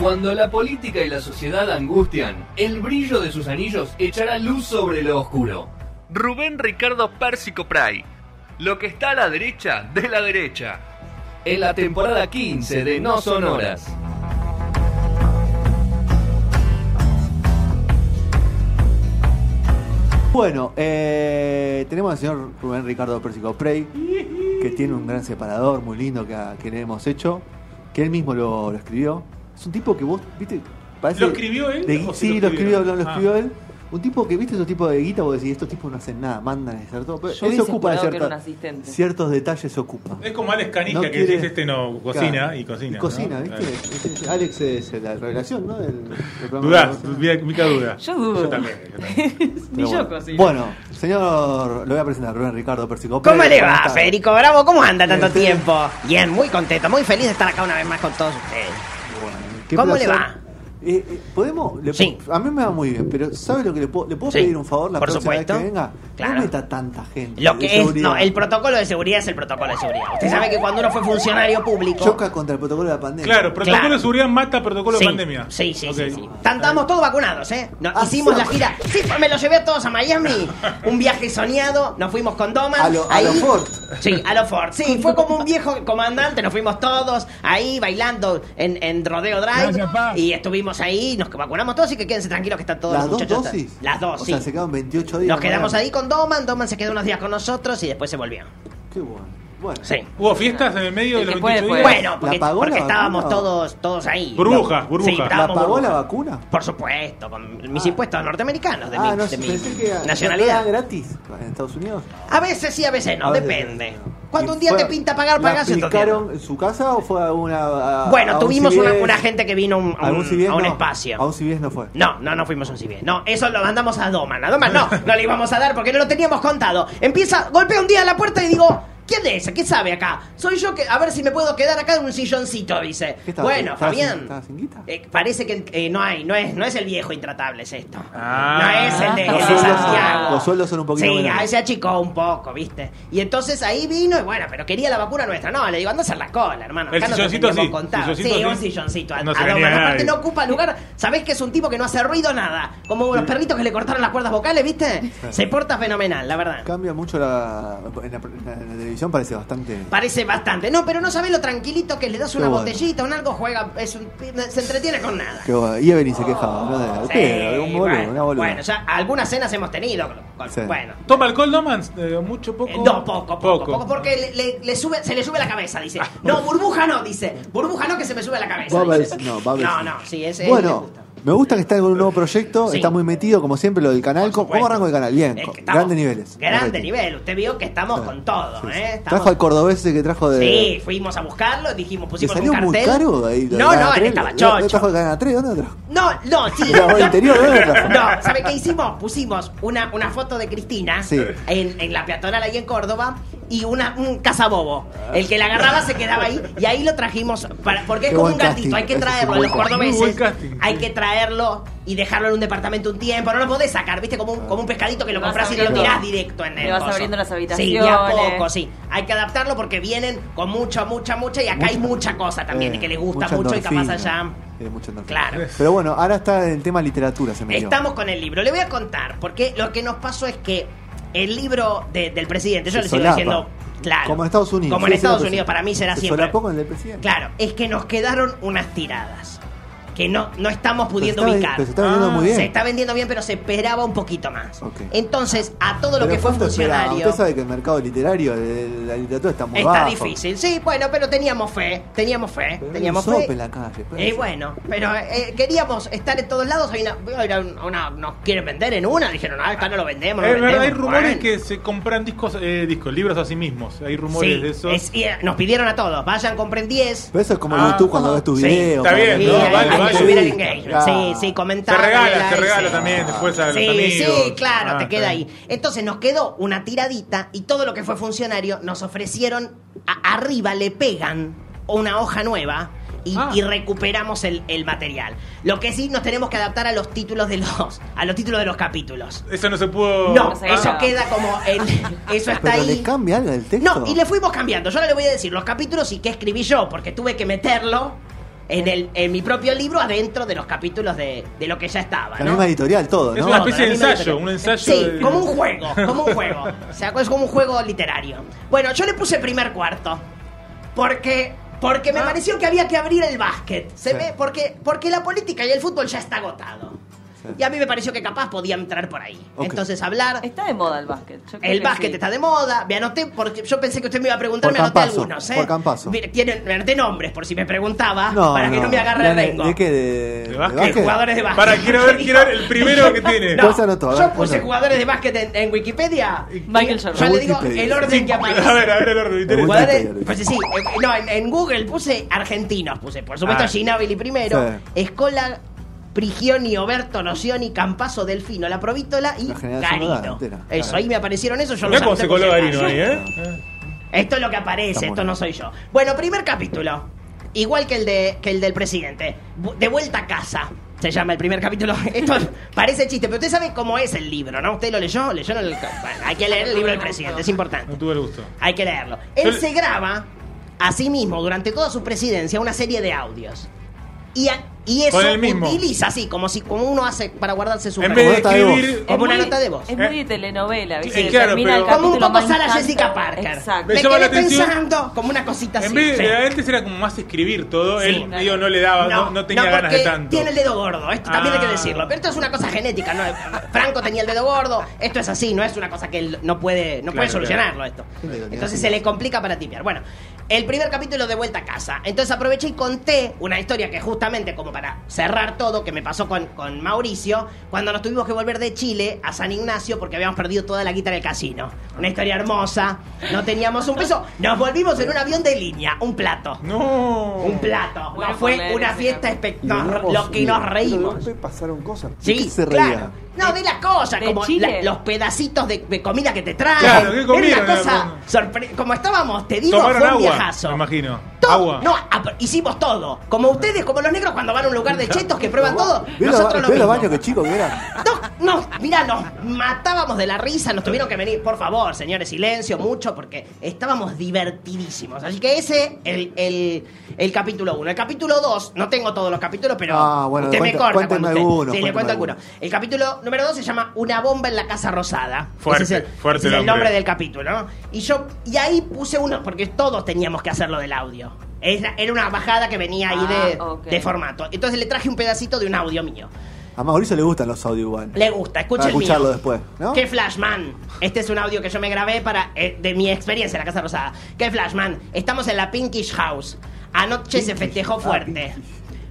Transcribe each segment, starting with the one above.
Cuando la política y la sociedad angustian, el brillo de sus anillos echará luz sobre lo oscuro. Rubén Ricardo Pérsico Pray. Lo que está a la derecha de la derecha. En la temporada 15 de No Sonoras. Bueno, eh, tenemos al señor Rubén Ricardo Pérsico Prey, que tiene un gran separador muy lindo que, ha- que le hemos hecho, que él mismo lo, lo escribió. Es un tipo que vos, viste, parece... ¿Lo escribió él? de- ¿O sí, se lo escribió, lo, lo Ah. escribió él. Un tipo que, viste, esos tipos de guita, vos decís, estos tipos no hacen nada, mandan a hacer todo. Pero Yo él se hubiese ocupa de jurado que cierta- era un asistente. ciertos detalles, se ocupa. Es como Alex Canija No que quiere- dice este no cocina Claro. y cocina. Y cocina, ¿no? ¿viste? Este- Alex es la revelación, ¿no? Del, del Claro. programa de Dudás, cocina. mira, mica duda. Yo dudo. Yo también. yo también. Ni Pero yo bueno. cocino. Bueno, señor, lo voy a presentar, Rubén Ricardo Persico. ¿Cómo Pérez, le va, está? Federico Bravo? ¿Cómo anda tanto Bien. tiempo? Bien, muy contento, muy feliz de estar acá una vez más con todos ustedes. Qué ¿Cómo placer. le va? Eh, eh, ¿Podemos? le- Sí. A mí me va muy bien, pero ¿sabe lo que le puedo, le puedo Sí, pedir un favor la por próxima supuesto. vez que venga? No Claro. meta tanta gente. Lo de que es, seguridad. no, el protocolo de seguridad es el protocolo de seguridad. Usted sabe que cuando uno fue funcionario público... Choca contra el protocolo de la pandemia. Claro, protocolo Claro. de seguridad mata protocolo sí, de pandemia. Sí, sí, Ok. sí, sí. Estamos todos vacunados, ¿eh? Nos Ah, hicimos la gira. Sí, me los llevé a todos a Miami. Un viaje soñado. Nos fuimos con Domas. A lo- a lo Ford. Sí, a lo Ford. Sí, fue como un viejo comandante. Nos fuimos todos ahí bailando en, en Rodeo Drive. Gracias, pa. y estuvimos ahí, nos vacunamos todos. Así que quédense tranquilos que están todos ¿Las los dos muchachos. dosis? Las dos, O sí. sea, se quedan 28 días. nos quedamos Mariano. ahí con Doman. Doman se quedó unos días con nosotros y después se volvió. Qué bueno. Bueno. Sí. ¿Hubo fiestas en el medio de El los que puede, 28 días? puede. Bueno, porque, pagó Pues, la porque estábamos vacuna? todos, todos ahí. Burbuja, Sí, burbuja. ¿La ¿La estábamos pagó la burbuja. vacuna? Por supuesto, con mis Ah. impuestos norteamericanos, de ah, mi, no de sé, mi pensé que era- nacionalidad. era gratis en Estados Unidos. A veces sí, a veces no, A veces- depende. Cuando ¿Y un día fue- te pinta pagar, ¿la pagás y otro día no. aplicaron en su casa o fue a una. a- a Bueno, un tuvimos una, CBS? una gente que vino a un- a ¿Algún un, CBS? a un No, espacio. A un CBS no fue. No, no, no fuimos a un civil. No, eso lo mandamos a Doman. A Doman no, no le íbamos a dar porque no lo teníamos contado. Empieza, golpea un día a la puerta y digo, ¿quién es? ¿Qué sabe acá? Soy yo que, a ver si me puedo quedar acá en un silloncito, dice. ¿Qué estaba- Bueno, estaba sin- Fabián. estaba sin guita? eh, parece que eh, no hay, no es, no es el viejo intratable, es esto. Ah. no es el de, Los el de sueldos- Santiago. los sueldos son un poquito Sí, menores. ahí se achicó un poco, ¿viste? Y entonces ahí vino y bueno, pero quería la vacuna nuestra. No, le digo, anda a hacer la cola, hermano. El Acá no te silloncito teníamos sí, contado. Sí, silloncito sí. un silloncito. A, No a se venía Doman. Aparte nadie. no ocupa lugar. Sabés que es un tipo que no hace ruido nada. Como los perritos que le cortaron las cuerdas vocales, ¿viste? Se porta fenomenal, la verdad. Cambia mucho la. En la, en la- en la televisión parece bastante. Parece bastante. No, pero no sabés lo tranquilito que le das Qué una bueno. botellita, un algo, juega, es un- se entretiene con nada. Que, bueno, y Evelyn se quejaba, ¿no? De, Sí, pero, de un boludo, bueno, una boluda. bueno, ya algunas cenas hemos tenido. con- Sí. Bueno, ¿Toma alcohol, Domans? Eh, ¿Mucho, poco? Eh, No, poco, poco, poco, porque le, le- le sube, se le sube la cabeza, dice. No, burbuja no, dice. Burbuja no que se me sube la cabeza. Bubbles, dice. no, Bubbles. No, no, sí, es es- me Bueno, gusta. me gusta que está con un nuevo proyecto, Sí. está muy metido, como siempre, lo del canal. ¿Cómo, cómo Bueno, arranco el canal? Bien, es que con- estamos- grandes niveles. Grande Perfecto. nivel, usted vio que estamos con todo, Sí, sí. ¿eh? Estamos- Trajo al cordobés ese que trajo de. Sí, fuimos a buscarlo, dijimos, ¿Le pusimos salió un cartel. muy caro ahí? de no, Canal no, él 3? estaba ¿No- no chocho. trajo el canal 3? ¿Dónde lo trajo? No, no, sí. La voz no, interior, ¿dónde la trajo? No, ¿sabe qué hicimos? Pusimos una, una foto de Cristina Sí. en, en la peatonal ahí en Córdoba y una, un cazabobo. El que la agarraba se quedaba ahí y ahí lo trajimos para, porque es Qué como buen un gatito, casting, hay ese que es un traerlo a buen los casting. Muy buen cordobeses. casting, Hay que traerlo y dejarlo en un departamento un tiempo. No lo podés sacar, ¿viste? Como un, como un pescadito que lo Le vas compras y no lo abriendo- tirás directo en el. le vas coso. abriendo las Sí, de a habitaciones. poco, sí. Hay que adaptarlo porque vienen con mucha, mucha, mucha y acá hay mucha cosa también Eh, que les gusta mucha mucho y capaz endorfina. allá. Eh, mucha endorfina. Claro. Pero bueno, ahora está en tema literatura, se me dio. Estamos con el libro. Le voy a contar, porque lo que nos pasó es que el libro de- del presidente, yo Se le sigo solapa. diciendo, claro. Como en Estados Unidos. Como en Sí, Estados siempre Unidos, para mí será se siempre. solapó con el del presidente. Claro, es que nos quedaron unas tiradas que no, no estamos Pero se pudiendo está- ubicar. Ah, pero se está vendiendo muy bien. Se está vendiendo bien, pero se esperaba un poquito más. Ok. Entonces, a todo lo Pero que fue ¿cuánto esperaba? funcionario. Usted sabe que el mercado literario de la literatura está muy Está bajo. difícil, sí, bueno, pero teníamos fe, teníamos fe, Pero hay teníamos un fe. sope en la calle, pues. puede y ser. bueno, pero eh, queríamos estar en todos lados, hay una, voy a ir a un- a una- nos quieren vender en una, dijeron, ah, acá no lo vendemos, no Es lo verdad, hay vendemos". rumores Bueno. que se compran discos, eh, discos, libros a sí mismos. Hay rumores Sí, de eso. es- y, eh, nos pidieron a todos, vayan, compren 10. Pero eso es como Ah, YouTube cuando ves tus sí, videos. está cuando bien, ves- ¿no? Sí, hay- Vale, hay vale. que subir el Sí, engagement. claro. Sí, sí, se comentar. regala, like, se regala sí. también después a los Sí, amigos. sí, claro, Ah, te queda está ahí. bien. Entonces nos quedó una tiradita y todo lo que fue funcionario nos ofrecieron, a- arriba le pegan una hoja nueva y, Ah. y recuperamos el, el material. Lo que sí nos tenemos que adaptar a los títulos de los, a los títulos de los capítulos. Eso Oh. no se pudo. No, se eso graba. queda como en, eso está Pero ahí. le cambia algo el texto. No, y le fuimos cambiando. Yo ahora le voy a decir los capítulos y qué escribí yo, porque tuve que meterlo en, el, en mi propio libro adentro de los capítulos de, de lo que ya estaba, La ¿no? misma editorial, todo, Es ¿no? una Todo, especie la de misma ensayo, editorial. un ensayo Sí, de- como un juego, como un juego. O sea, es como un juego literario. Bueno, yo le puse primer cuarto. Porque. Porque me pareció que había que abrir el básquet. Se Ah. Sí. me- porque, porque la política y el fútbol ya está agotado. Sí. Y a mí me pareció que capaz podía entrar por ahí. Ok. Entonces hablar. Está de moda el básquet. yo creo El que básquet sí. está de moda. Me anoté porque yo pensé que usted me iba a preguntar, Por me anoté Campazzo, algunos, ¿eh? por Campazzo. Mire, tienen- me anoté nombres por si me preguntaba No, para que no me agarre La el ne- rengo. ¿De qué? ¿De, ¿De de básquet? De básquet? jugadores de básquet. Para, quiero ver, quiero ver el primero que tiene. No. ¿Cuál se anotó? A ver, yo puse ¿cuál se- jugadores de básquet en, en Wikipedia. Michael Yo Jordan. le digo Wikipedia. el orden que aparece. A ver, a ver el orden. Me gusta. interesa. Jugadores- Wikipedia. pues sí, eh, no, en, en Google puse argentinos, puse. Por supuesto, Ah. Ginabili primero, Sí. Escola, Prigioni, Oberto, Nocioni, Campazo, Delfino, La Provítola y La generación dorada Garino. entera. Eso, ahí me aparecieron esos, yo Mirá los cómo anoté se por coló si Garino acaso. ahí, ¿eh? Esto es lo que Está aparece, esto bueno. no soy yo. Bueno, primer capítulo. Igual que el, de, que el del presidente. Bu- De vuelta a casa. Se llama el primer capítulo. Esto parece chiste, pero usted sabe cómo es el libro, ¿no? Usted lo leyó, leyeron el... ca- Bueno, hay que leer el libro del presidente, es importante. No tuve el gusto. Hay que leerlo. Yo Él le- se graba a sí mismo durante toda su presidencia una serie de audios. Y, a- y eso Con el mismo. utiliza así, como si como uno hace para guardarse su En récord. vez nota de de escribir. Como Es una muy- nota de voz. Es Eh. muy de telenovela, ¿viste? Sí, Que claro, termina pero- el Como un capítulo poco más Sara instante. Jessica Parker. Exacto. Me Me llama la quedé atención- pensando como una cosita En así. vez sí. de, antes era como más escribir todo, Sí, él claro. digo, no le daba, no, no tenía ganas de porque tanto. Tiene el dedo gordo, esto también hay que Ah. decirlo. Pero esto es una cosa genética, ¿no? Franco tenía el dedo gordo, esto es así, no es una cosa que él no puede, no Claro, puede solucionarlo claro. esto. Qué ironía. Entonces se le complica para tipear. Bueno, el primer capítulo de vuelta a casa. Entonces aproveché y conté una historia que justamente como para cerrar todo, que me pasó con, con Mauricio, cuando nos tuvimos que volver de Chile a San Ignacio porque habíamos perdido toda la guita en el casino. Una historia hermosa, no teníamos un peso, nos volvimos en un avión de línea, un plato. No. Un plato. Bueno, No, fue poner una ese fiesta capítulo. espectacular. Lo que nos Pero de reímos. golpe pasaron cosas. ¿De qué Sí, se reía? claro. No, de las cosas, ¿De como Chile? la- los pedacitos de, de comida que te traen. Claro, ¿qué Era comieron? una cosa Era- sorpre- Como estábamos, te digo, Tomaron fue un agua, viajazo. me imagino. To- Agua. No, ap- hicimos todo. Como ustedes, como los negros cuando van a un lugar de chetos que prueban todo, ¿Ve los ba- ve nosotros lo los mismo. baños que chico que eran? No, no, mirá, nos matábamos de la risa, nos tuvieron que venir, por favor, señores, silencio mucho, porque estábamos divertidísimos. Así que ese, el, el, el capítulo 1. El capítulo 2, no tengo todos los capítulos, pero Ah, bueno, usted me cuente- corta. cuénteme cuando usted- algunos, sí, cuénteme le cuento algunos. algunos. El capítulo número 2 se llama Una bomba en la Casa Rosada. Fuerte, Ese es el, fuerte ese es el nombre. nombre del capítulo, ¿no? Y yo, y ahí puse uno, porque todos teníamos que hacerlo del audio. Era, era una bajada que venía ahí de, Ah, ok. de formato. Entonces le traje un pedacito de un audio mío. A Mauricio le gustan los audio igual. Le gusta, escucha Para el mío. escucharlo después, ¿no? Que Flashman. Este es un audio que yo me grabé para eh, de mi experiencia en la Casa Rosada. Que Flashman. Estamos en la Pinkish House. Anoche se Ah, festejó fuerte.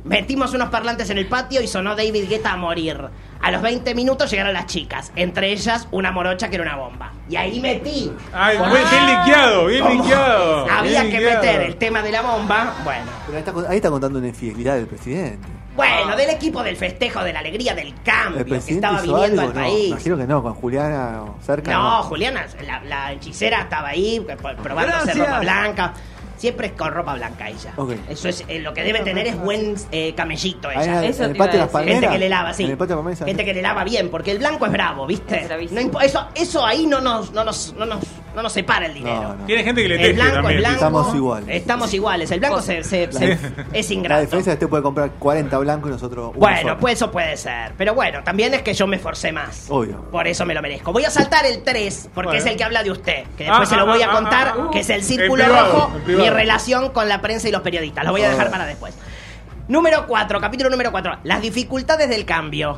Metimos unos parlantes en el patio y sonó David Guetta a morir. A los 20 minutos llegaron las chicas, entre ellas una morocha que era una bomba. Y ahí metí. Ay, Por- bien, bien linkeado, bien Ah. ¿Cómo? linkeado. Había bien que linkeado. meter el tema de la bomba. Bueno. Pero ahí está, ahí está contando una infidelidad del presidente. Bueno, del equipo del festejo, de la alegría, del cambio Ah. ¿El que presidente estaba hizo viviendo algo? el no, país. imagino que no, con Juliana o cerca. No, Juliana, la, la hechicera estaba ahí p- p- probándose Gracias. ropa blanca. Siempre es con ropa blanca ella. Ok. Eso es eh, lo que debe tener es buen eh, camellito Ahí en el- ella. en, Eso el te iba patio de a las decir. palmeras. Gente que le lava, sí. En el patio de las palmeras. Gente que le lava bien, porque el blanco es bravo, ¿viste? Es bravísimo. No impo- eso, eso ahí no nos, no, nos, no, nos, no nos separa el dinero. No, no. Tiene gente que le El teje blanco, el también. blanco. Estamos iguales. Estamos iguales. El blanco se, se- se- es La ingrato. diferencia es que usted puede comprar 40 blancos y nosotros uno Bueno, solo. pues eso puede ser. Pero bueno, también es que yo me esforcé más. Obvio. Por eso me lo merezco. Voy a saltar el 3, porque Bueno. es el que habla de usted. Que después Ah, se lo ah, voy a ah, contar, ah, ah. que es el En círculo privado, rojo, en privado. mi relación con la prensa y los periodistas. Lo voy a dejar Ah. para después. Número 4, capítulo número 4. Las dificultades del cambio.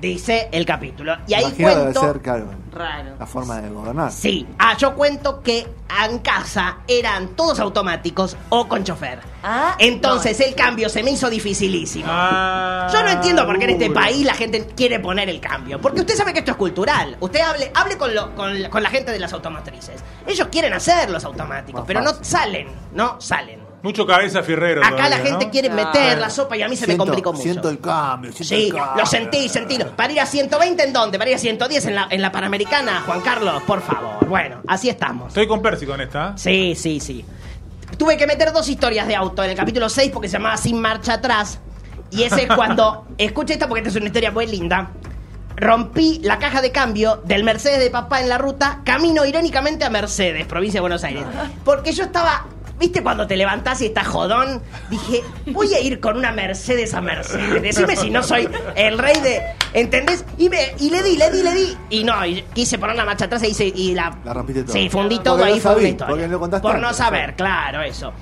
Dice el capítulo. Y ahí Imagino debe cuento. ser, claro, Raro. la forma de gobernar. Sí, ah, yo cuento que en casa eran todos automáticos o con chofer. Ah, Entonces no. el cambio se me hizo dificilísimo. Ah, Yo no entiendo por qué en este duro. país la gente quiere poner el cambio. Porque usted sabe que esto es cultural. Usted hable, hable con, lo- con la- con la gente de las automotrices. Ellos quieren hacer los automáticos, Más pero no fácil. salen. No salen. Mucho cabeza fierrero. Acá la todavía, gente ¿no? quiere No. meter la sopa y a mí se me complicó mucho. Siento el cambio, siento Sí, el cambio. lo sentí, sentí. ¿Para ir a 120 en dónde? ¿Para ir a 110 en la, en la Panamericana, Juan Carlos? Por favor. Bueno, así estamos. Estoy con Percy con esta. ¿eh? Sí, sí, sí. Tuve que meter dos historias de auto en el capítulo 6 porque se llamaba Sin Marcha Atrás. Y ese es cuando. Escucha esta porque esta es una historia muy linda. Rompí la caja de cambio del Ah. Mercedes de papá en la ruta, camino irónicamente a Mercedes, provincia de Buenos Aires. Porque yo estaba ¿Viste cuando te levantás y estás jodón? Dije, voy a ir con una Mercedes a Mercedes. Decime si no soy el rey de. ¿Entendés? Y, me, y le di, le di, le di. Y no, y quise poner la marcha atrás y, hice- y la. La rompiste todo. Sí, fundí todo Porque no ahí, fue una sabí, historia. porque no contaste Por no antes, saber, claro. claro, eso.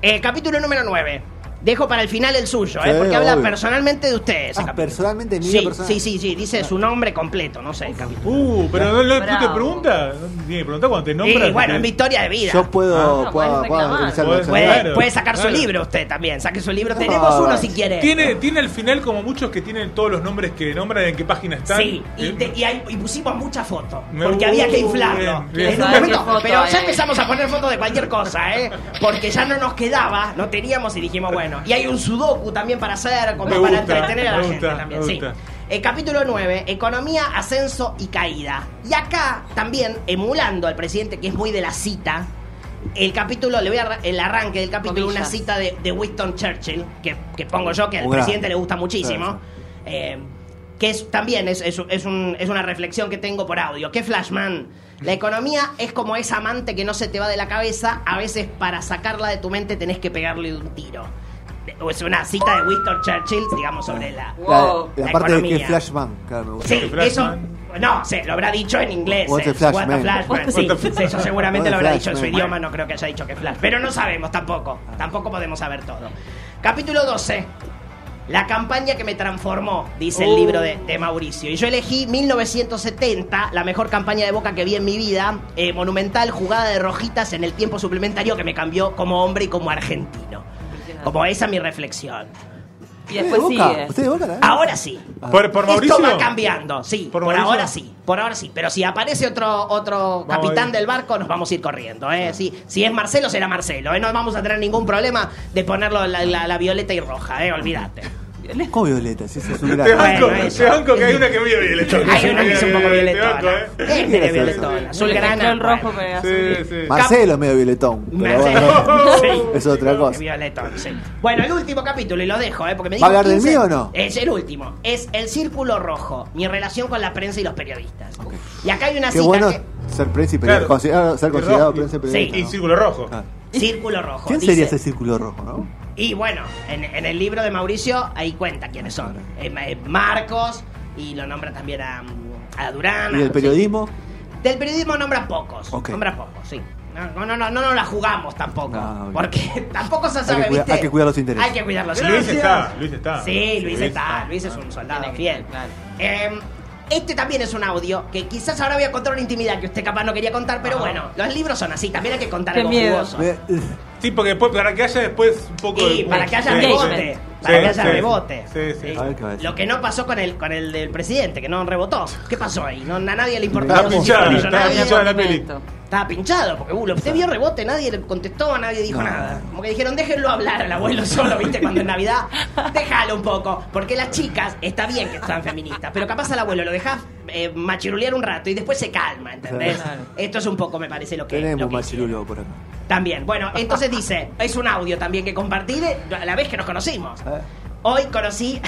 Eh, capítulo número 9. Dejo para el final el suyo, Sí, eh, porque habla obvio. personalmente de ustedes. Ah, personalmente, mi sí, vida personal. sí, sí, sí, dice su nombre completo, no sé, el capítulo. Uh, pero no, no- no te Bravo. pregunta. No tiene que preguntar cuando te nombran. Y bueno, es porque- mi historia de vida. Yo puedo. Ah, puedo, podés puedo reclamar. utilizarlo, Podés- ¿sabes? Puede, Claro, puede sacar su claro. libro usted también, saque su libro. Tenemos uno si quiere. tiene, tiene al final como muchos que tienen todos los nombres que nombran en qué página están. Sí, y, Eh, te- y hay- y pusimos muchas fotos. Me- Porque había que inflarlo. Bien, bien. En un Ay, qué momento, foto pero hay. ya empezamos a poner fotos de cualquier cosa, ¿eh? Porque ya no nos quedaba, no teníamos y dijimos, bueno. Y hay un sudoku también para hacer, como Me gusta, para entretener a la me gente gusta, también. me sí. gusta. Eh, capítulo 9, economía, ascenso y caída. Y acá también, emulando al presidente que es muy de la cita, el capítulo, le voy a arra- el arranque del capítulo, Comillas. una cita de, de Winston Churchill, que, que pongo yo, que al Un gran. presidente le gusta muchísimo. Claro, Eh, que es, también es, es- es un- es una reflexión que tengo por audio. ¿Qué flashman? La economía es como esa amante que no se te va de la cabeza. A veces para sacarla de tu mente tenés que pegarle de un tiro. O Es una cita de Winston Churchill, digamos, sobre la... Wow. La, la La parte de que economía. Flashman, claro, me gusta. Sí, Flashman. eso... No, se lo habrá dicho en inglés. What's eh. a flashman? What a flashman, sí. What a- Eso What seguramente a lo habrá dicho en su flashman. idioma, no creo que haya dicho que flash. Pero no sabemos tampoco. Tampoco podemos saber todo. Capítulo 12. La campaña que me transformó, dice el libro de, de Mauricio. Y yo elegí 1970, la mejor campaña de boca que vi en mi vida. eh, monumental jugada de rojitas en el tiempo suplementario que me cambió como hombre y como argentino. Como esa es mi reflexión. Y después ¿Ustedes de Boca? sigue. ¿Ustedes de Boca la ven? Ahora sí. Ah. ¿Por, por Mauricio? Esto va cambiando, sí. ¿Por Por, Mauricio? ahora sí, por ahora sí. Pero si aparece otro, otro Vamos capitán ahí. del barco, nos vamos a ir corriendo. ¿eh? Sí, si es Marcelo, será Marcelo. ¿eh? No vamos a tener ningún problema de ponerlo la, la- la violeta y roja, ¿eh? olvídate. ¿Cómo Violeta? Si ese es un Te gran. Bueno, banco, eso. te banco que hay una que es medio violetona. Hay una que es un poco Te violetona. banco, eh. Este era violetona. Le mezcló Azulgrana. el rojo bueno. con el azul. Sí, sí. Marcelo es medio violetón. Pero bueno, Marcelo. Sí. es otra cosa. Violetón, sí. Bueno, el último capítulo, y lo dejo, ¿eh? porque me ¿Va a dijo hablar del 15. mío o no? Es el último. Es El Círculo Rojo, mi relación con la prensa y los periodistas. Y acá hay una Qué cita bueno que... ser prensa y Claro. periodista. considerado- Ser considerado Y- prensa y sí, periodista. Y ¿no? círculo rojo. Ah. Círculo Rojo. ¿Quién dice- sería ese círculo rojo, no? Y bueno, en, en el libro de Mauricio ahí cuenta quiénes son. Eh, Ma- eh, Marcos, y lo nombra también a, a Durán. ¿Y a- el periodismo? Del periodismo nombra pocos. Ok. Nombra pocos, sí. No, no, no, no, no la jugamos tampoco. Ah, ok. Porque tampoco se sabe, que cuidar- ¿viste? hay que cuidar los intereses. Hay que cuidar los Luis intereses. está, Luis está. Sí, Luis está. Luis es un soldado Tiene que fiel. estar, claro. Eh, este también es un audio que quizás ahora voy a contar una intimidad que usted capaz no quería contar, pero Ajá. bueno, los libros son así, también hay que contar Qué algo miedo. jugoso. Me- Sí, porque después, para que haya después un poco Y de- para que haya Sí, rebote. sí, Para sí, que haya sí. rebote. Sí, sí. A ver qué va a decir. Lo que no pasó con el, con el del presidente, que no rebotó. ¿Qué pasó ahí? No, a nadie le importó. Está No sé si pinchado, fue está millonario. pinchado. la peli. Momento. Estaba pinchado, porque uh, lo- usted vio rebote, nadie le contestó, nadie dijo No. nada. Como que dijeron, déjenlo hablar al abuelo solo, ¿viste? Cuando es Navidad, déjalo un poco. Porque las chicas, está bien que están feministas, pero capaz al abuelo lo dejas eh, machirulear un rato y después se calma, ¿entendés? Claro. Esto es un poco, me parece, lo que. lo Tenemos que machirulo por acá. también. Bueno, entonces dice, es un audio también que compartí de- a la vez que nos conocimos. A ver. Hoy conocí,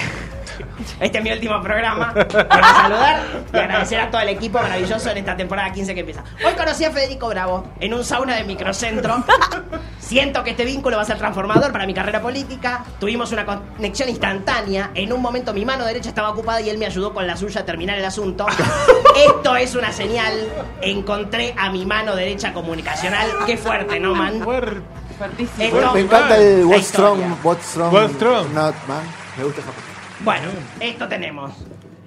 este es mi último programa, para saludar y agradecer a todo el equipo maravilloso en esta temporada 15 que empieza. Hoy conocí a Federico Bravo en un sauna de microcentro. Siento que este vínculo va a ser transformador para mi carrera política. Tuvimos una conexión instantánea. En un momento mi mano derecha estaba ocupada y él me ayudó con la suya a terminar el asunto. Esto es una señal. Encontré a mi mano derecha comunicacional. Qué fuerte, ¿no, man? Fuerte. Fuertísimo. Esto- Me encanta el La What's historia. Strong, What's Strong, What's Strong. Not Man. Me gusta esa parte. Bueno, esto tenemos.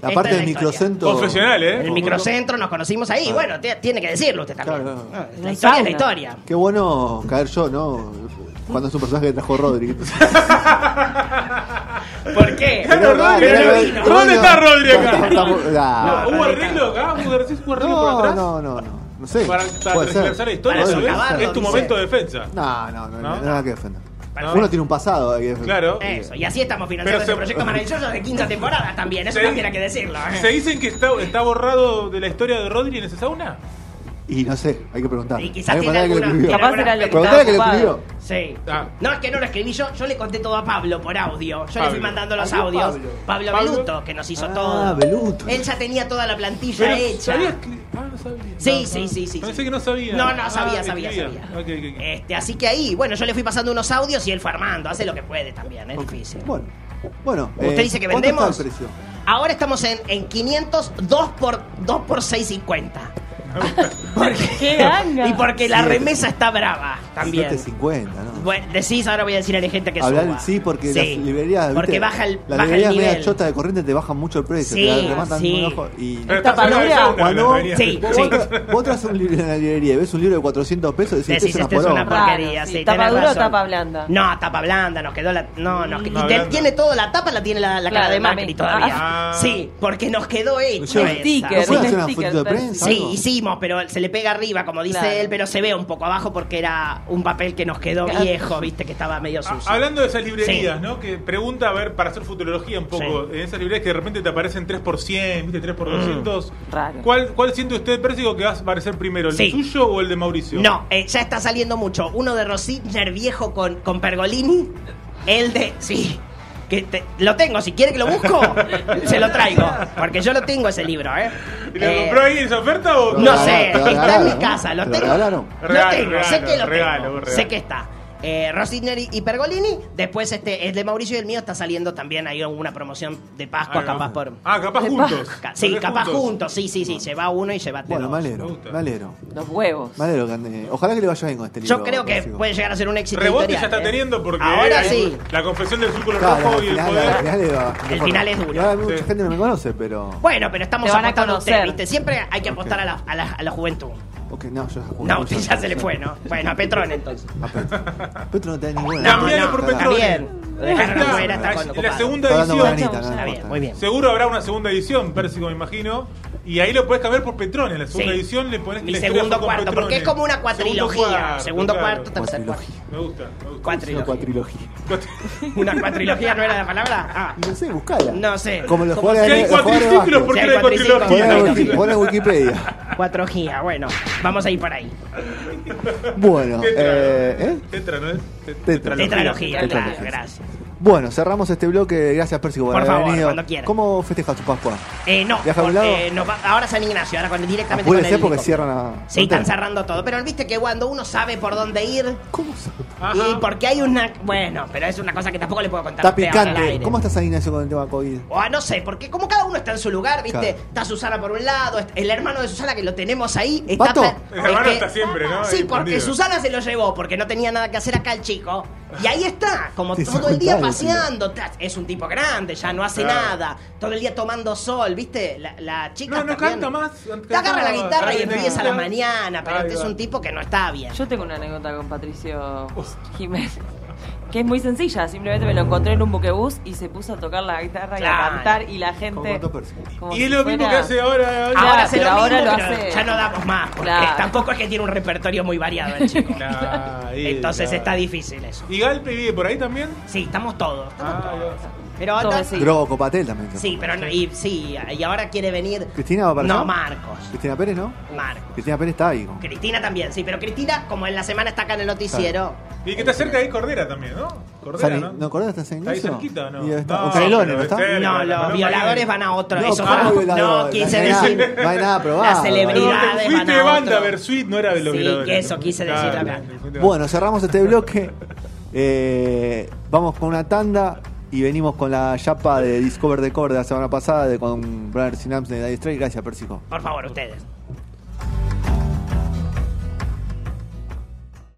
La Esta parte es del historia. microcentro. Ah. Profesional, ¿eh? El microcentro nos conocimos ahí. Bueno, te- tiene que decirlo usted también. Ah, Claro, claro. La historia es la Sauna. historia. Qué bueno caer yo, ¿no? Cuando es un personaje que trajo Rodri. ¿Por qué? Claro, Rodri, pero Rodri. vino. ¿Dónde está Rodri acá? Está- está- Ah, está- ¿Hubo arreglo acá? ¿Hubo arreglo ¿Hubo arreglo por No, atrás? no, no, no. No sé. Para, para Puede ser. transversar la historia, Para ¿sabes? socavarlo, Es tu dice. momento de defensa. No, no, no, ¿No? no, nada que defender. Perfecto. Uno tiene un pasado ahí que defender. Claro. Eso, y así estamos financiando Pero este se- proyecto maravilloso de 15 temporadas también. Eso Se- también hay que decirlo. ¿eh? ¿Se dicen que está, está borrado de la historia de Rodri en esa sauna? Y no sé, hay que preguntar. Y quizás hay que tiene preguntarle alguna- que lo escribió. Capaz era lo que Preguntale estaba que lo ocupado. escribió. Sí. Ah. No, es que no lo escribí yo. Yo le conté todo a Pablo por audio. Yo le fui Pablo. mandando los Pablo, audios. Pablo. Pablo, Pablo. Beluto, que nos hizo Ah, todo. Beluto. Él ya tenía toda la plantilla Pero, hecha. ¿Sabías que.? Ah, no sabía. Sí, No, sí, no. sí, sí, Pensé sí. que no sabía. No, no, sabía, Ah, sabía, escribía. sabía. Ok, ok, ok. Este, así que ahí, bueno, yo le fui pasando unos audios y él fue armando. Hace lo que puede también, es difícil. Bueno, bueno. ¿Usted dice que ¿cuánto vendemos? está el precio? Ahora estamos en, en 500, 2 por, 2 por 6.50. Porque- ¡Qué ganga! y porque la Sí. remesa está brava también. 750, ¿no? Bueno, decís, ahora voy a decir a la gente que Hablar, suba. sí, porque Sí, las librerías. ¿viste? Porque baja el, Las baja el librerías nivel. media chota de corriente te bajan mucho el precio. Sí, te la rematan sí. un ojo y. Pero Está estás hablando de para sauna, Cuando- la realidad. Sí. Vos, entras- vos entras a un libro en la librería y ves un libro de 400 pesos y decís, Decís, "Esto esto es una poronga". Claro, porquería. sí. sí, ¿Tapa tenés dura o razón. tapa blanda? No, tapa blanda, nos quedó la. No, nos Mm, qued- no, y te- blanda. tiene toda la tapa, la tiene la, la cara Claro, de la Macri misma. todavía. Ah. Sí, porque nos quedó hecho. Pues Sí. esa. Sticker. ¿No puede hacer una Sticker, fotito de perfecto. prensa? Sí, algo? hicimos, pero se le pega arriba, como dice Claro. él, pero se ve un poco abajo porque era un papel que nos quedó Claro. viejo, viste, que estaba medio Ah, sucio. Hablando de esas librerías, Sí. ¿no? Que pregunta, a ver, para hacer futurología un poco, en esas librerías que de repente te aparecen 3%, ¿viste? 3 Mm. por 200. raro. ¿Cuál, ¿Cuál siente usted, Pérsico, que va a aparecer primero? ¿El Sí. suyo o el de Mauricio? No, eh, ya está saliendo mucho. Uno de Rositner viejo con, con Pergolini. El de. Sí. Que te- lo tengo, si quiere que lo busco, se lo traigo. Porque yo lo tengo ese libro, ¿eh. ¿Y ¿Lo Eh, compró ahí en esa oferta o Lo No regalaron, sé, te lo está en mi regalaron, ¿no? casa, lo Te lo tengo. regalaron. lo Regalo, tengo, sé regalo, que lo regalo, tengo. regalo. Sé que está. Eh, Rositner y, y Pergolini. Después este, el de Mauricio y el mío está saliendo también. Hay una promoción de Pascua, Ah, capaz no. por. Ah, capaz juntos. Ca- Sí, capaz juntos. juntos. Sí, sí, sí. Lleva uno y lleva Bueno, dos. me Me alegro, gusta. me alegro. Los huevos. Me alegro, que- Ojalá que le vaya bien con este libro. Yo creo que Francisco. puede llegar a ser un éxito. Rebote editorial, ya está ¿eh? teniendo porque Ahora eh, sí. la confesión del círculo Claro, rojo al y el final, al poder. final le va- El final es duro. Ahora Mucha Sí. gente no me conoce, pero. Bueno, pero estamos Te van a apostando a usted, conocer. ¿viste? Siempre hay que apostar a la, a la- a la juventud. Ok, no, yo ya jugué No, mucho. Ah, usted ya se le fue, ¿no? Bueno, a Petrón entonces. A Petro. Petro no te da ninguna. No, Cambialo no, por está Petrone. bien. Lo dejaron Está, fuera, está la- con- la ocupado. segunda Está dando edición. banita, Está no, bien, no, muy bien. Seguro habrá una segunda edición, Pérsico, me imagino. Y ahí lo puedes cambiar por Petrones. La segunda Sí. edición le pones que Mi la historia segundo Este, fue con cuarto, Petrone. porque es como una Segundo cuatrilogía. cuarto, Segundo claro. cuarto, tercer cuarto. Cuatrilogía. Me gusta, me gusta. Una Cuatrilogía. cuatrilogía. ¿Una cuatrilogía no era la palabra? Ah, No sé, buscala. No sé. Como los Como jugadores Si hay los jugadores de básquet. cuatriciclos, ¿por Si qué hay no hay cuatriciclos, Pon en cuatro- cuatrilogía? Wiki- pon en Wikipedia. cuatrojía, bueno. Vamos a ir por ahí. Bueno, eh, Tetra, ¿eh? ¿no? Tetra, ¿no es? Te- Tetra. Tetralogía, Tetralogía, claro, sí. gracias. Bueno, cerramos este bloque. Gracias, Pérsico, por, Por haber favor, venido. cuando quiera. ¿Cómo festejas tu Pascua? Eh, no, ¿Viaja a un por- lado? eh, nos va- ahora San Ignacio, ahora con, directamente Ah, Puede con ser el porque helicóptero. cierran a. Sí, frontera. están cerrando todo. Pero viste que cuando uno sabe por dónde ir. ¿Cómo sabe? Ajá. Y porque hay una. Bueno, pero es una cosa que tampoco le puedo contar. a Está usted ahora al picante. aire. ¿Cómo estás ahí, Ignacio, con el tema COVID? O, ah, no sé, porque como cada uno está en su lugar, ¿viste? Claro. Está Susana por un lado, est- el hermano de Susana que lo tenemos ahí. Está ¿Pato? pe- El hermano es que- está siempre, ¿no? Sí, Ahí porque escondido. Susana se lo llevó, porque no tenía nada que hacer acá el chico. Y ahí está, como Te todo el día sacó el talo, paseando. ta- Es un tipo grande, ya no hace Claro. nada. Todo el día tomando sol, ¿viste? La, la chica. No, no también- canta más, Te agarra la cantaba. guitarra y Ahí empieza a está. la mañana, pero Ahí este es va. un tipo que no está bien. Yo tengo una anécdota con Patricio Jiménez. Que es muy sencilla, simplemente me lo encontré en un buquebús y se puso a tocar la guitarra y a Claro. cantar y la Como gente. contó Percy. como Y si es lo mismo fuera- que hace ahora. ahora. Ahora Claro, se lo Ah, pero ahora mismo, lo pero hace. ya no damos más. Porque Claro. tampoco es que tiene un repertorio muy variado el chico. Nah, ahí, Ah, Entonces nah. está difícil eso. ¿Y Galpe vive por ahí también? Sí, estamos todos. estamos Ah, todos. ya. Pero Todo no- así. Drogo, Copatel también. se sí, fue. pero no- y, sí, y ahora quiere venir. ¿Cristina va para No, allá? Marcos. Cristina Pérez, ¿no? Marcos. Cristina Pérez está ahí. ¿no? Cristina también, sí, pero Cristina, como en la semana está acá en el noticiero. Y que está cerca ahí Cordera también, ¿no? Cordera, Sale- ¿no? ¿No acordás? ¿Estás en ¿Está ahí Ignacio? cerquita o no? Y está- No, o Canelones, pero ¿no está? cerca, No, la los paloma violadores que- van a otro. No, eso ¿cómo no, violadores? no, quise No hay nada- decir. no hay nada probado. Las celebridades Te van fuiste a banda, otro. Versuit no era de los Sí, violadores. que eso quise decir Claro, también. te fuiste Bueno, cerramos este bloque. Eh, vamos con una tanda y venimos con la chapa de Discover the Core de la semana pasada de con Brian Synapse de Dire Straits. Gracias, Persico. Por favor, ustedes.